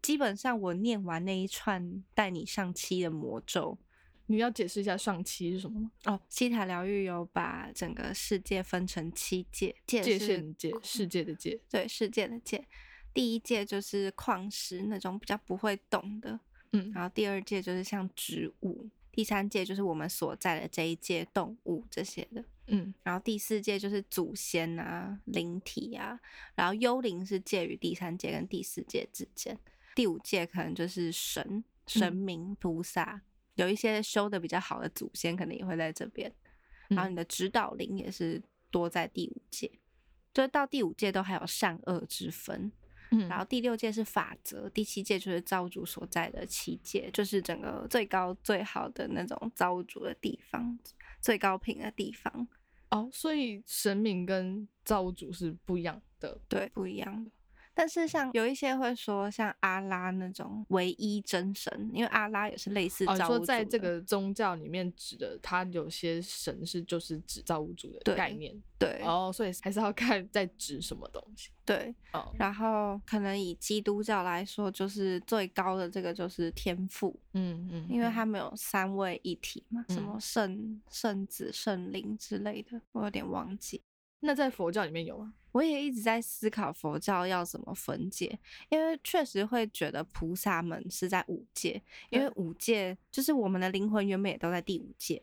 [SPEAKER 1] 基本上我念完那一串带你上期的魔咒，
[SPEAKER 2] 你要解释一下上期是什么吗？
[SPEAKER 1] 哦，西塔疗愈有把整个世界分成七界，界
[SPEAKER 2] 界
[SPEAKER 1] 是
[SPEAKER 2] 限界，世
[SPEAKER 1] 嗯
[SPEAKER 2] 界的界。
[SPEAKER 1] 对世界的界。第一界就是矿石那种比较不会动的，
[SPEAKER 2] 嗯，
[SPEAKER 1] 然后第二界就是像植物，第三界就是我们所在的这一界动物这些的，
[SPEAKER 2] 嗯，
[SPEAKER 1] 然后第四界就是祖先啊、灵体啊，然后幽灵是介于第三界跟第四界之间，第五界可能就是神、
[SPEAKER 2] 嗯
[SPEAKER 1] 神明、菩萨，有一些修的比较好的祖先可能也会在这边，然后
[SPEAKER 2] 嗯
[SPEAKER 1] 你的指导灵也是多在第五界，就是到第五界都还有善恶之分。
[SPEAKER 2] 嗯
[SPEAKER 1] 然后第六届是法则，第七届就是造主所在的七界，就是整个最高最好的那种造物主的地方，最高频的地方，
[SPEAKER 2] 哦，所以神明跟造物主是不一样的。
[SPEAKER 1] 对，不一样的。但是像有一些会说像阿拉那种唯一真神，因为阿拉也是类似
[SPEAKER 2] 哦，你
[SPEAKER 1] 造物
[SPEAKER 2] 说
[SPEAKER 1] 主的、
[SPEAKER 2] 在这个宗教里面指的，它有些神是就是指造物主的
[SPEAKER 1] 对
[SPEAKER 2] 概念。
[SPEAKER 1] 对、
[SPEAKER 2] 哦，所以还是要 看在指什么东西。
[SPEAKER 1] 对，
[SPEAKER 2] 哦，
[SPEAKER 1] 然后可能以基督教来说，就是最高的这个就是天赋，
[SPEAKER 2] 嗯嗯，
[SPEAKER 1] 因为
[SPEAKER 2] 嗯
[SPEAKER 1] 他们有三位一体嘛，什
[SPEAKER 2] 嗯
[SPEAKER 1] 么圣圣子、圣灵之类的，我有点忘记。
[SPEAKER 2] 那在佛教里面有吗？
[SPEAKER 1] 我也一直在思考佛教要怎么分界，因为确实会觉得菩萨们是在五界，因为
[SPEAKER 2] 对
[SPEAKER 1] 五界就是我们的灵魂原本也都在第五界，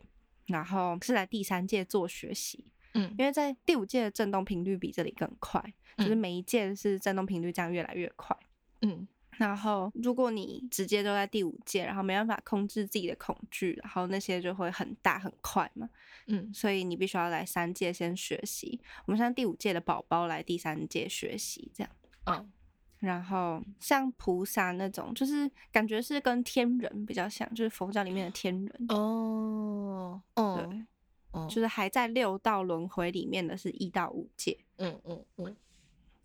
[SPEAKER 1] 然后是在第三界做学习，
[SPEAKER 2] 嗯
[SPEAKER 1] 因为在第五界的振动频率比这里更快，就是
[SPEAKER 2] 嗯
[SPEAKER 1] 每一界是振动频率这样越来越快。
[SPEAKER 2] 嗯
[SPEAKER 1] 然后，如果你直接都在第五界，然后没办法控制自己的恐惧，然后那些就会很大很快嘛。
[SPEAKER 2] 嗯
[SPEAKER 1] 所以你必须要来三届先学习。我们像第五届的宝宝来第三届学习，这样。
[SPEAKER 2] 嗯
[SPEAKER 1] 然后像菩萨那种，就是感觉是跟天人比较像，就是佛教里面的天人，
[SPEAKER 2] 嗯哦哦
[SPEAKER 1] 对，
[SPEAKER 2] 哦
[SPEAKER 1] 就是还在六道轮回里面的是一到五界，
[SPEAKER 2] 嗯嗯嗯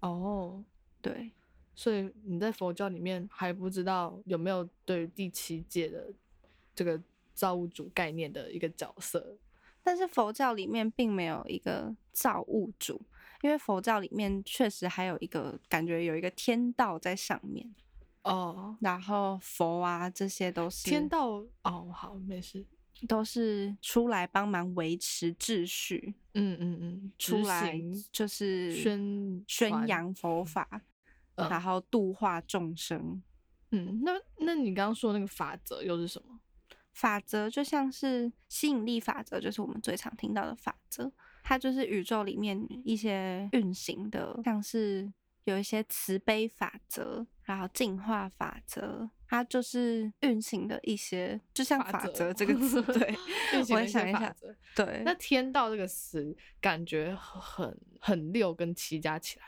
[SPEAKER 2] 哦，
[SPEAKER 1] 对，
[SPEAKER 2] 所以你在佛教里面还不知道有没有对于第七界的这个造物主概念的一个角色。
[SPEAKER 1] 但是佛教里面并没有一个造物主，因为佛教里面确实还有一个感觉有一个天道在上面，
[SPEAKER 2] 哦，
[SPEAKER 1] 然后佛啊这些都是
[SPEAKER 2] 天道哦，好，没事。
[SPEAKER 1] 都是出来帮忙维持秩序，
[SPEAKER 2] 嗯嗯嗯，
[SPEAKER 1] 出
[SPEAKER 2] 执
[SPEAKER 1] 来
[SPEAKER 2] 行
[SPEAKER 1] 就是
[SPEAKER 2] 宣
[SPEAKER 1] 宣
[SPEAKER 2] 传
[SPEAKER 1] 扬佛法，
[SPEAKER 2] 嗯
[SPEAKER 1] 然后度化众生。
[SPEAKER 2] 嗯，那那你刚刚说的那个法则又是什么？
[SPEAKER 1] 法则就像是吸引力法则，就是我们最常听到的法则，它就是宇宙里面一些运行的，像是有一些慈悲法则，然后进化法则。它就是运行的一些，就像法则这个词， 对
[SPEAKER 2] 运行
[SPEAKER 1] 我
[SPEAKER 2] 的
[SPEAKER 1] 想
[SPEAKER 2] 些
[SPEAKER 1] 一
[SPEAKER 2] 法
[SPEAKER 1] 下
[SPEAKER 2] 则
[SPEAKER 1] 对，
[SPEAKER 2] 那天道这个词感觉很很六跟七加起来，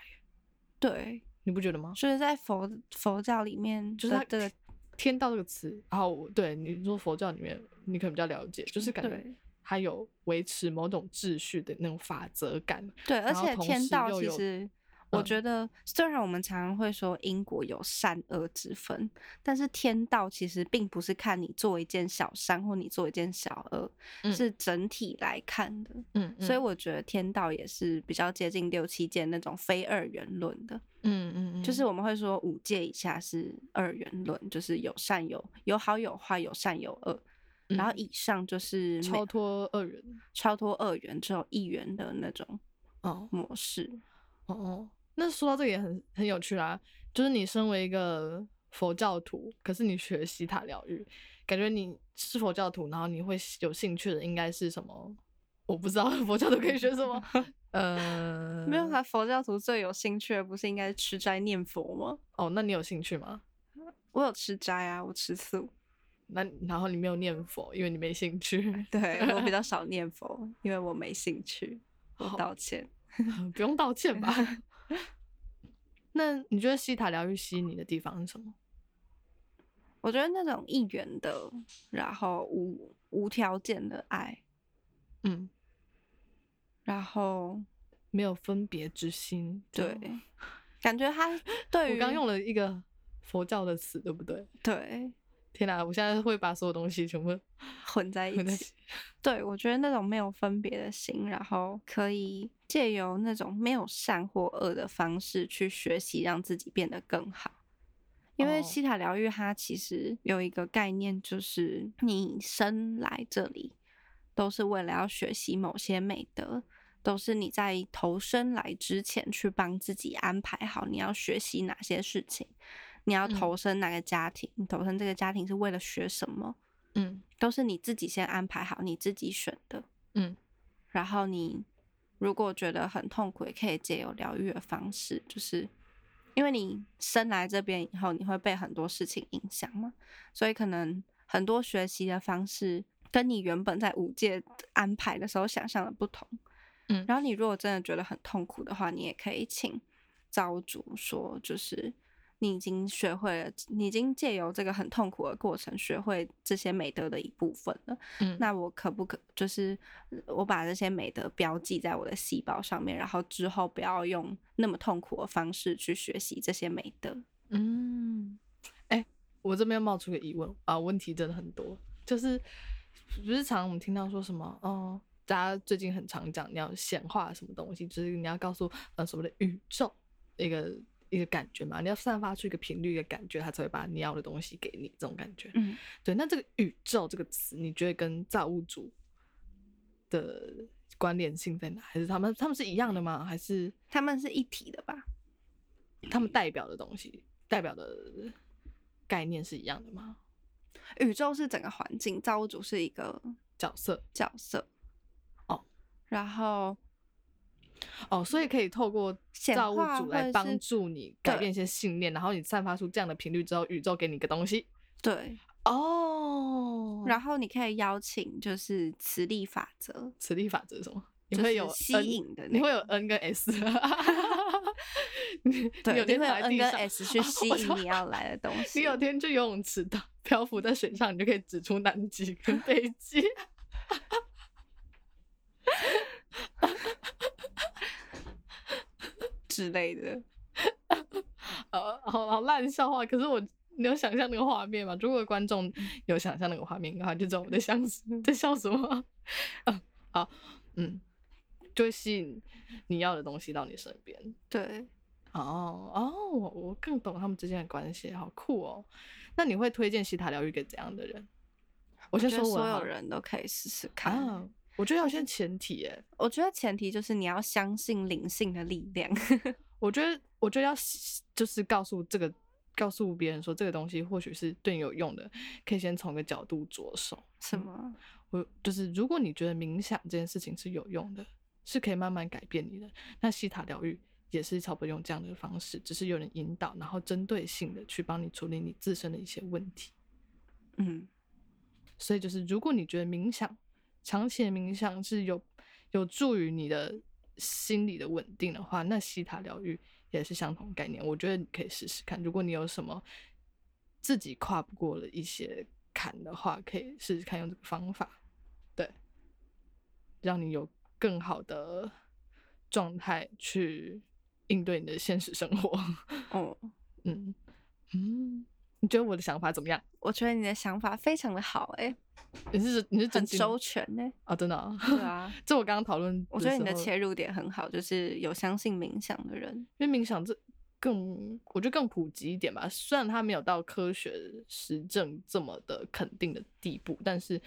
[SPEAKER 1] 对，
[SPEAKER 2] 你不觉得吗？
[SPEAKER 1] 就是在佛佛教里面
[SPEAKER 2] 就是它
[SPEAKER 1] 的这个
[SPEAKER 2] 天道这个词，然后我对你说佛教里面，你可能比较了解，就是感觉
[SPEAKER 1] 对
[SPEAKER 2] 它有维持某种秩序的那种法则感。
[SPEAKER 1] 对，而
[SPEAKER 2] 然后
[SPEAKER 1] 且
[SPEAKER 2] 同
[SPEAKER 1] 天
[SPEAKER 2] 时
[SPEAKER 1] 道
[SPEAKER 2] 又
[SPEAKER 1] 其
[SPEAKER 2] 有
[SPEAKER 1] 实，我
[SPEAKER 2] 嗯
[SPEAKER 1] 觉得虽然我们常常会说因果有善恶之分，但是天道其实并不是看你做一件小善或你做一件小恶，
[SPEAKER 2] 嗯
[SPEAKER 1] 是整体来看的。
[SPEAKER 2] 嗯
[SPEAKER 1] 所以我觉得天道也是比较接近六七界那种非二元论的，
[SPEAKER 2] 嗯嗯嗯，
[SPEAKER 1] 就是我们会说五界以下是二元论，就是有善有有好有坏，有善有恶。然后
[SPEAKER 2] 嗯
[SPEAKER 1] 以上就是没
[SPEAKER 2] 超脱二元。
[SPEAKER 1] 超脱二元，只有一元的那种
[SPEAKER 2] 哦
[SPEAKER 1] 模式。
[SPEAKER 2] 哦哦，那说到这个也很很有趣啦，就是你身为一个佛教徒，可是你学西塔疗愈，感觉你是佛教徒，然后你会有兴趣的应该是什么？我不知道 佛教徒可以学 什么。呃，
[SPEAKER 1] 没有啊，佛教徒最有兴趣的不是应该是吃斋念佛吗？
[SPEAKER 2] 哦，那你有兴趣吗？
[SPEAKER 1] 我有吃斋啊，我吃素，
[SPEAKER 2] 那然后你没有念佛，因为你没兴 趣。
[SPEAKER 1] 对我比较少念佛，因为我没兴趣，我
[SPEAKER 2] 好
[SPEAKER 1] 道歉。
[SPEAKER 2] 不用道 歉吧？那你觉得西塔疗愈吸引你的地方是什么？
[SPEAKER 1] 我觉得那种一元的，然后无无条件的爱，
[SPEAKER 2] 嗯，
[SPEAKER 1] 然后
[SPEAKER 2] 没有分别之心。这
[SPEAKER 1] 对
[SPEAKER 2] 样，
[SPEAKER 1] 感觉他对于
[SPEAKER 2] 我刚用了一个佛教的词，对不对？
[SPEAKER 1] 对，
[SPEAKER 2] 天哪，我现在会把所有东西全部
[SPEAKER 1] 混在一
[SPEAKER 2] 混在一
[SPEAKER 1] 起。
[SPEAKER 2] 起。
[SPEAKER 1] 对，我觉得那种没有分别的心，然后可以借由那种没有善或恶的方式去学习，让自己变得更好。因为
[SPEAKER 2] 哦
[SPEAKER 1] 西塔疗愈，它其实有一个概念，就是你生来这里都是为了要学习某些美德，都是你在投身来之前去帮自己安排好你要学习哪些事情，你要
[SPEAKER 2] 嗯
[SPEAKER 1] 投身哪个家庭，你投身这个家庭是为了学什么，
[SPEAKER 2] 嗯
[SPEAKER 1] 都是你自己先安排好，你自己选的。
[SPEAKER 2] 嗯，
[SPEAKER 1] 然后你如果觉得很痛苦，也可以借由疗愈的方式，就是因为你生来这边以后，你会被很多事情影响嘛，所以可能很多学习的方式跟你原本在五界安排的时候想象的不同。
[SPEAKER 2] 嗯
[SPEAKER 1] 然后你如果真的觉得很痛苦的话，你也可以请招主说，就是你已经学会了，你已经借由这个很痛苦的过程，学会这些美德的一部分了。
[SPEAKER 2] 嗯
[SPEAKER 1] 那我可不可就是呃我把这些美德标记在我的细胞上面，然后之后不要用那么痛苦的方式去学习这些美德？
[SPEAKER 2] 嗯，哎、我这边冒出个疑问啊，问题真的很多，就是不是常我们听到说什么哦，大家最近很常讲你要显化什么东西，就是你要告诉呃什么的宇宙一个一个感觉嘛，你要散发出一个频率一个感觉，它才会把你要的东西给你这种感觉。
[SPEAKER 1] 嗯，
[SPEAKER 2] 对，那这个宇宙这个词，你觉得跟造物主的关联性在哪？还是他们他们是一样的吗？还是
[SPEAKER 1] 他们是一体的吧？
[SPEAKER 2] 他们代表的东西、代表的概念是一样的吗？
[SPEAKER 1] 宇宙是整个环境，造物主是一个
[SPEAKER 2] 角色
[SPEAKER 1] 角色。
[SPEAKER 2] 哦，
[SPEAKER 1] 然后
[SPEAKER 2] 哦，所以可以透过
[SPEAKER 1] 显
[SPEAKER 2] 造物
[SPEAKER 1] 化
[SPEAKER 2] 主
[SPEAKER 1] 或者
[SPEAKER 2] 来帮
[SPEAKER 1] 是
[SPEAKER 2] 助你改
[SPEAKER 1] 对
[SPEAKER 2] 变一些信念，然后你散发出这样的频率之后，宇宙给你一个东西。
[SPEAKER 1] 对，
[SPEAKER 2] 哦，
[SPEAKER 1] 然后你可以邀请就是磁力法则，
[SPEAKER 2] 磁力法则是什么？你
[SPEAKER 1] 就是
[SPEAKER 2] 会有
[SPEAKER 1] 吸
[SPEAKER 2] N-
[SPEAKER 1] 引的那
[SPEAKER 2] 你会有
[SPEAKER 1] 个
[SPEAKER 2] N 跟 S，你
[SPEAKER 1] 对，
[SPEAKER 2] 你有
[SPEAKER 1] 你
[SPEAKER 2] 天
[SPEAKER 1] 会有
[SPEAKER 2] 躺在
[SPEAKER 1] N
[SPEAKER 2] 地
[SPEAKER 1] 跟
[SPEAKER 2] 上
[SPEAKER 1] S 去
[SPEAKER 2] 哦
[SPEAKER 1] 吸
[SPEAKER 2] 我
[SPEAKER 1] 引
[SPEAKER 2] 说
[SPEAKER 1] 你要来的东西。
[SPEAKER 2] 你有天去游泳池的漂浮在水上，你就可以指出南极跟北极。
[SPEAKER 1] 之类的，
[SPEAKER 2] 呃，好好烂笑话。可是我，你有想象那个画面吗？如果观众
[SPEAKER 1] 嗯
[SPEAKER 2] 有想象那个画面的话，就知道我在想在笑什么。 嗯，好，嗯，就会吸引你要的东西到你身边。
[SPEAKER 1] 对，
[SPEAKER 2] 哦哦，我我更懂他们之间的关系，好酷哦。那你会推荐西塔疗愈给怎样的人？我先
[SPEAKER 1] 觉得
[SPEAKER 2] 说我
[SPEAKER 1] 所
[SPEAKER 2] 好
[SPEAKER 1] 有
[SPEAKER 2] 了
[SPEAKER 1] 人都可以试试看。
[SPEAKER 2] 啊，我觉得要先前提耶、
[SPEAKER 1] 我觉得前提就是你要相信灵性的力量。
[SPEAKER 2] 我觉得，我觉得要吸就是告诉这个，告诉别人说这个东西或许是对你有用的，可以先从一个角度着手。
[SPEAKER 1] 什么？
[SPEAKER 2] 我就是，如果你觉得冥想这件事情是有用的，是可以慢慢改变你的，那西塔疗愈也是差不多用这样的方式，只是有人引导，然后针对性的去帮你处理你自身的一些问题。
[SPEAKER 1] 嗯，
[SPEAKER 2] 所以就是，如果你觉得冥想，长期的冥想是有有助于你的心理的稳定的话，那西塔疗愈也是相同概念。我觉得你可以试试看，如果你有什么自己跨不过的一些坎的话，可以试试看用这个方法，对，让你有更好的状态去应对你的现实生活。
[SPEAKER 1] 哦，
[SPEAKER 2] 嗯嗯，你觉得我的想法怎么样？
[SPEAKER 1] 我觉得你的想法非常的好、欸，
[SPEAKER 2] 你是你是真
[SPEAKER 1] 很
[SPEAKER 2] 心的
[SPEAKER 1] 周全 呢、
[SPEAKER 2] 啊，真的、啊，
[SPEAKER 1] 对 啊，
[SPEAKER 2] 这我刚刚讨论，
[SPEAKER 1] 我觉得你的切
[SPEAKER 2] 钱，
[SPEAKER 1] 入点很好，就是有相信冥想的人。
[SPEAKER 2] 因为冥想这更，我觉得更普及一点吧。虽然它没有到科学实证这么的肯定的地步，但是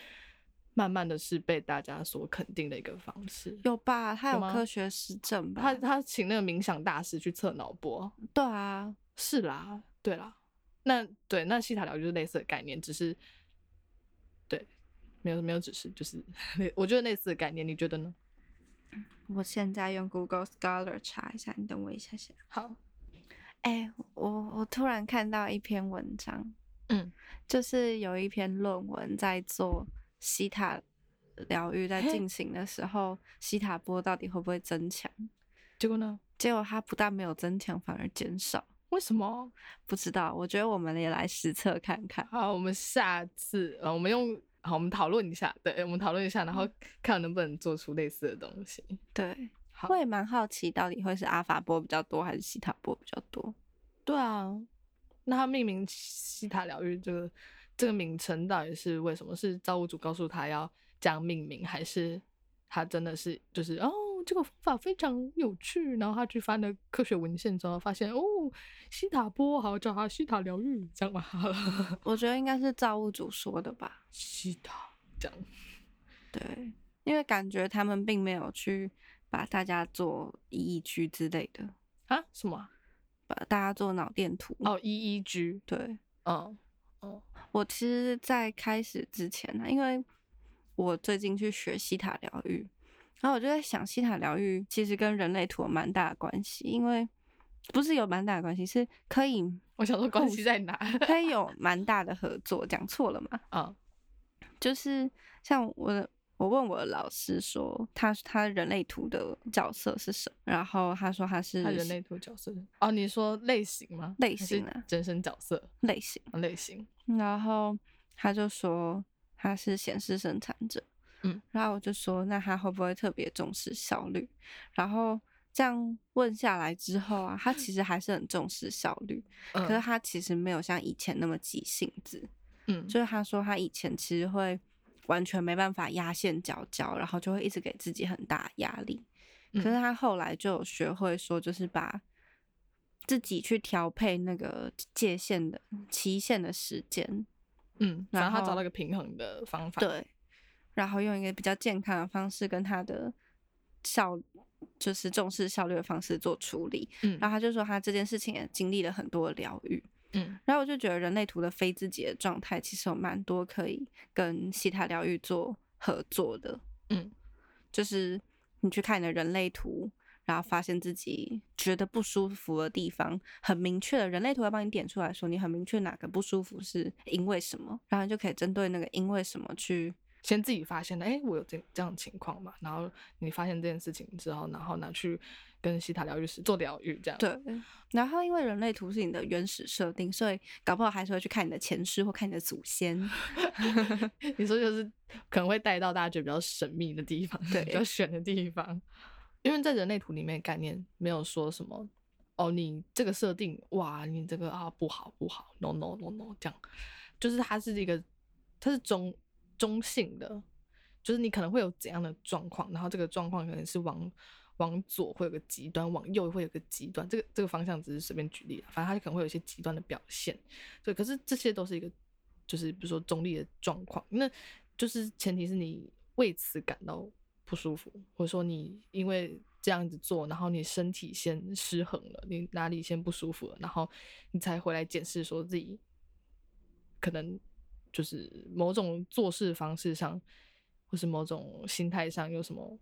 [SPEAKER 2] 慢慢的是被大家所肯定的一个方式。
[SPEAKER 1] 有吧？他
[SPEAKER 2] 有
[SPEAKER 1] 有
[SPEAKER 2] 吗
[SPEAKER 1] 科学实证吧？
[SPEAKER 2] 他他请那个冥想大师去测脑波，
[SPEAKER 1] 对啊，
[SPEAKER 2] 是啦，对啦，那对那西塔疗就是类似的概念，只是对没有没有只是就是 我觉得类似的概念，你觉得呢？
[SPEAKER 1] 我现在用 Google Scholar 查一下，你等我一下下。
[SPEAKER 2] 好，
[SPEAKER 1] 哎、我我突然看到一篇文章，
[SPEAKER 2] 嗯，
[SPEAKER 1] 就是有一篇论文在做西塔疗愈在
[SPEAKER 2] 嘿
[SPEAKER 1] 进行的时候，西塔波到底会不会增强？
[SPEAKER 2] 结果呢？
[SPEAKER 1] 结果它不但没有增强，反而减少。
[SPEAKER 2] 为什么？
[SPEAKER 1] 不知道，我觉得我们也来实测看 看。
[SPEAKER 2] 好，我们下次呃，我们用好，我们讨论一下，对，我们讨论一下，然后看能不能做出类似的东西。
[SPEAKER 1] 对，
[SPEAKER 2] 好
[SPEAKER 1] 我也蛮好奇，到底会是阿法波比较多，还是西塔波比较多？
[SPEAKER 2] 对啊，那它命名西塔疗愈这个这个名称到底是为什么？是造物主告诉他要这样命名，还是他真的是就是哦，这个方法非常有趣，然后他去翻了科学文献之后，发现哦，西塔波，好叫它西塔疗愈，这样吧，
[SPEAKER 1] 我觉得应该是造物主说的吧。
[SPEAKER 2] 西塔这样，
[SPEAKER 1] 对，因为感觉他们并没有去把大家做 EEG 之类的，
[SPEAKER 2] 啊什么啊？
[SPEAKER 1] 把大家做脑电图。
[SPEAKER 2] 哦，E E G，
[SPEAKER 1] 对
[SPEAKER 2] 嗯
[SPEAKER 1] 我其实，在开始之前呢、因为我最近去学西塔疗愈，然后我就在想，西塔疗愈其实跟人类图有蛮大的关系，因为不是有蛮大的关系，是可以
[SPEAKER 2] 我想说
[SPEAKER 1] 哦
[SPEAKER 2] 关系在哪？
[SPEAKER 1] 可以有蛮大的合作。讲错了嘛？
[SPEAKER 2] 啊
[SPEAKER 1] 就是像我的，我问我的老师说他他人类图的角色是什么，然后他说他是
[SPEAKER 2] 他人类图角色哦，你说类型吗？
[SPEAKER 1] 类
[SPEAKER 2] 还是
[SPEAKER 1] 型啊
[SPEAKER 2] 人生角色
[SPEAKER 1] 类型，
[SPEAKER 2] 啊类型，
[SPEAKER 1] 然后他就说他是显示生产者，
[SPEAKER 2] 嗯，
[SPEAKER 1] 然后我就说那他会不会特别重视效率？然后这样问下来之后啊，他其实还是很重视效率，可是
[SPEAKER 2] 嗯
[SPEAKER 1] 他其实没有像以前那么急性子，
[SPEAKER 2] 嗯
[SPEAKER 1] 就是他说他以前其实会完全没办法压线脚脚，然后就会一直给自己很大压力。可是
[SPEAKER 2] 嗯
[SPEAKER 1] 他后来就有学会说，就是把自己去调配那个界限的期限的时间，
[SPEAKER 2] 嗯，然
[SPEAKER 1] 然
[SPEAKER 2] 后他找
[SPEAKER 1] 后
[SPEAKER 2] 到一个平衡的方法，
[SPEAKER 1] 对，然后用一个比较健康的方式跟他的效，就是重视效率的方式做处理。
[SPEAKER 2] 嗯
[SPEAKER 1] 然后他就说他这件事情也经历了很多的疗愈，
[SPEAKER 2] 嗯
[SPEAKER 1] 然后我就觉得人类图的非自己的状态其实有蛮多可以跟西塔疗愈做合作的，
[SPEAKER 2] 嗯，
[SPEAKER 1] 就是你去看你的人类图，然后发现自己觉得不舒服的地方，很明确的人类图要帮你点出来说你很明确哪个不舒服是因为什么，然后你就可以针对那个因为什么去
[SPEAKER 2] 先自己发现了，哎、我有这这样的情况嘛，然后你发现这件事情之后，然后拿去跟西塔疗愈师做疗愈，这样，
[SPEAKER 1] 对，然后因为人类图是你的原始设定，所以搞不好还是会去看你的前世或看你的祖先。
[SPEAKER 2] 你说就是可能会带到大家觉得比较神秘的地方，
[SPEAKER 1] 对
[SPEAKER 2] 比较玄的地方，因为在人类图里面的概念没有说什么哦，你这个设定哇，你这个啊不好不好，no no no no 这样，就是它是一个它是中中性的，就是你可能会有怎样的状况，然后这个状况可能是往往左会有个极端，往右会有个极端，这个这个方向只是随便举例啦，反正它可能会有一些极端的表现。对，可是这些都是一个，就是比如说中立的状况，那就是前提是你为此感到不舒服，或者说你因为这样子做，然后你身体先失衡了，你哪里先不舒服了，然后你才回来检视说自己可能就是某种做事方式上，或是某种心态上有什么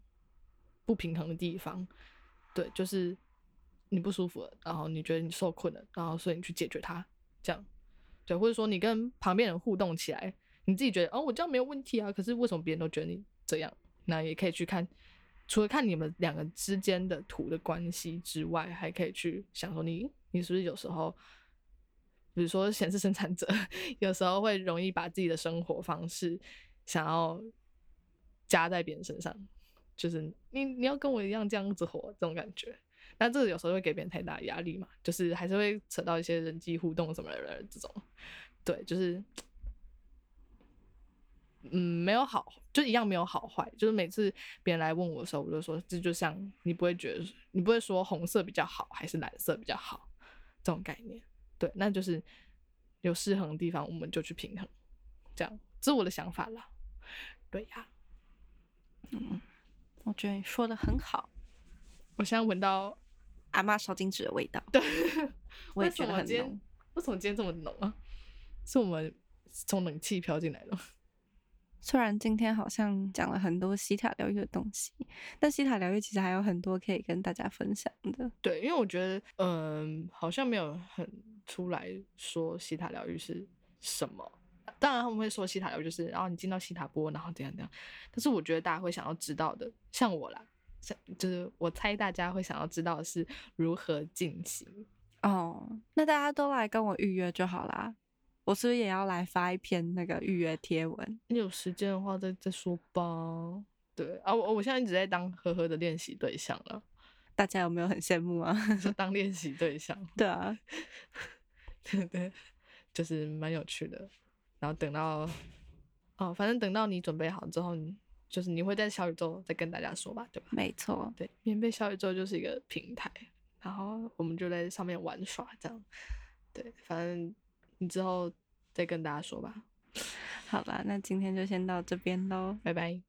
[SPEAKER 2] 不平衡的地方，对，就是你不舒服了，然后你觉得你受困了，然后所以你去解决它，这样，对，或者说你跟旁边人互动起来，你自己觉得哦，我这样没有问题啊，可是为什么别人都觉得你这样？那也可以去看，除了看你们两个之间的图的关系之外，还可以去想说你你是不是有时候，比如说显示生产者， 有时候会容易把自己的生活方式想要加在别人身上，就是你你要跟我一样这样子活这种感觉。那这个有时候会给别人太大的压力嘛，就是还是会扯到一些人际互动什么的这种，对，就是嗯，没有好，就一样没有好坏。就是每次别人来问我的时候，我就说，这就像你不会觉得，你不会说红色比较好还是蓝色比较好这种概念。对，那就是有失衡的地方，我们就去平衡，这样，这是我的想法啦。对呀、
[SPEAKER 1] 我觉得你说的很好，
[SPEAKER 2] 我现在闻到，
[SPEAKER 1] 阿妈烧金纸的味道，
[SPEAKER 2] 对，
[SPEAKER 1] 我也
[SPEAKER 2] 为什
[SPEAKER 1] 觉得
[SPEAKER 2] 么
[SPEAKER 1] 很
[SPEAKER 2] 今天
[SPEAKER 1] 浓。
[SPEAKER 2] 为什么今天这么浓啊？是我们从冷气飘进来的吗。
[SPEAKER 1] 虽然今天好像讲了很多西塔疗愈的东西，但西塔疗愈其实还有很多可以跟大家分享的。
[SPEAKER 2] 对，因为我觉得，嗯，好像没有很出来说西塔疗愈是什么。当然他们会说西塔疗愈就是，然后你进到西塔波，然后怎样怎样。但是我觉得大家会想要知道的，像我啦，像就是我猜大家会想要知道的是如何进行。
[SPEAKER 1] 哦，那大家都来跟我预约就好啦。我是不是也要来发一篇那个预约贴文？
[SPEAKER 2] 你有时间的话再再说吧。对啊，我我现在一直在当呵呵的练习对象了，
[SPEAKER 1] 大家有没有很羡慕啊？
[SPEAKER 2] 就当练习对象。
[SPEAKER 1] 对啊，
[SPEAKER 2] 对对，就是蛮有趣的。然后等到，哦，反正等到你准备好之后，你就是你会在小宇宙再跟大家说吧，对吧？
[SPEAKER 1] 没错，
[SPEAKER 2] 对，免费小宇宙就是一个平台，然后我们就在上面玩耍这样。对，反正你之后再跟大家说吧，
[SPEAKER 1] 好啦，那今天就先到这边喽，
[SPEAKER 2] 拜拜。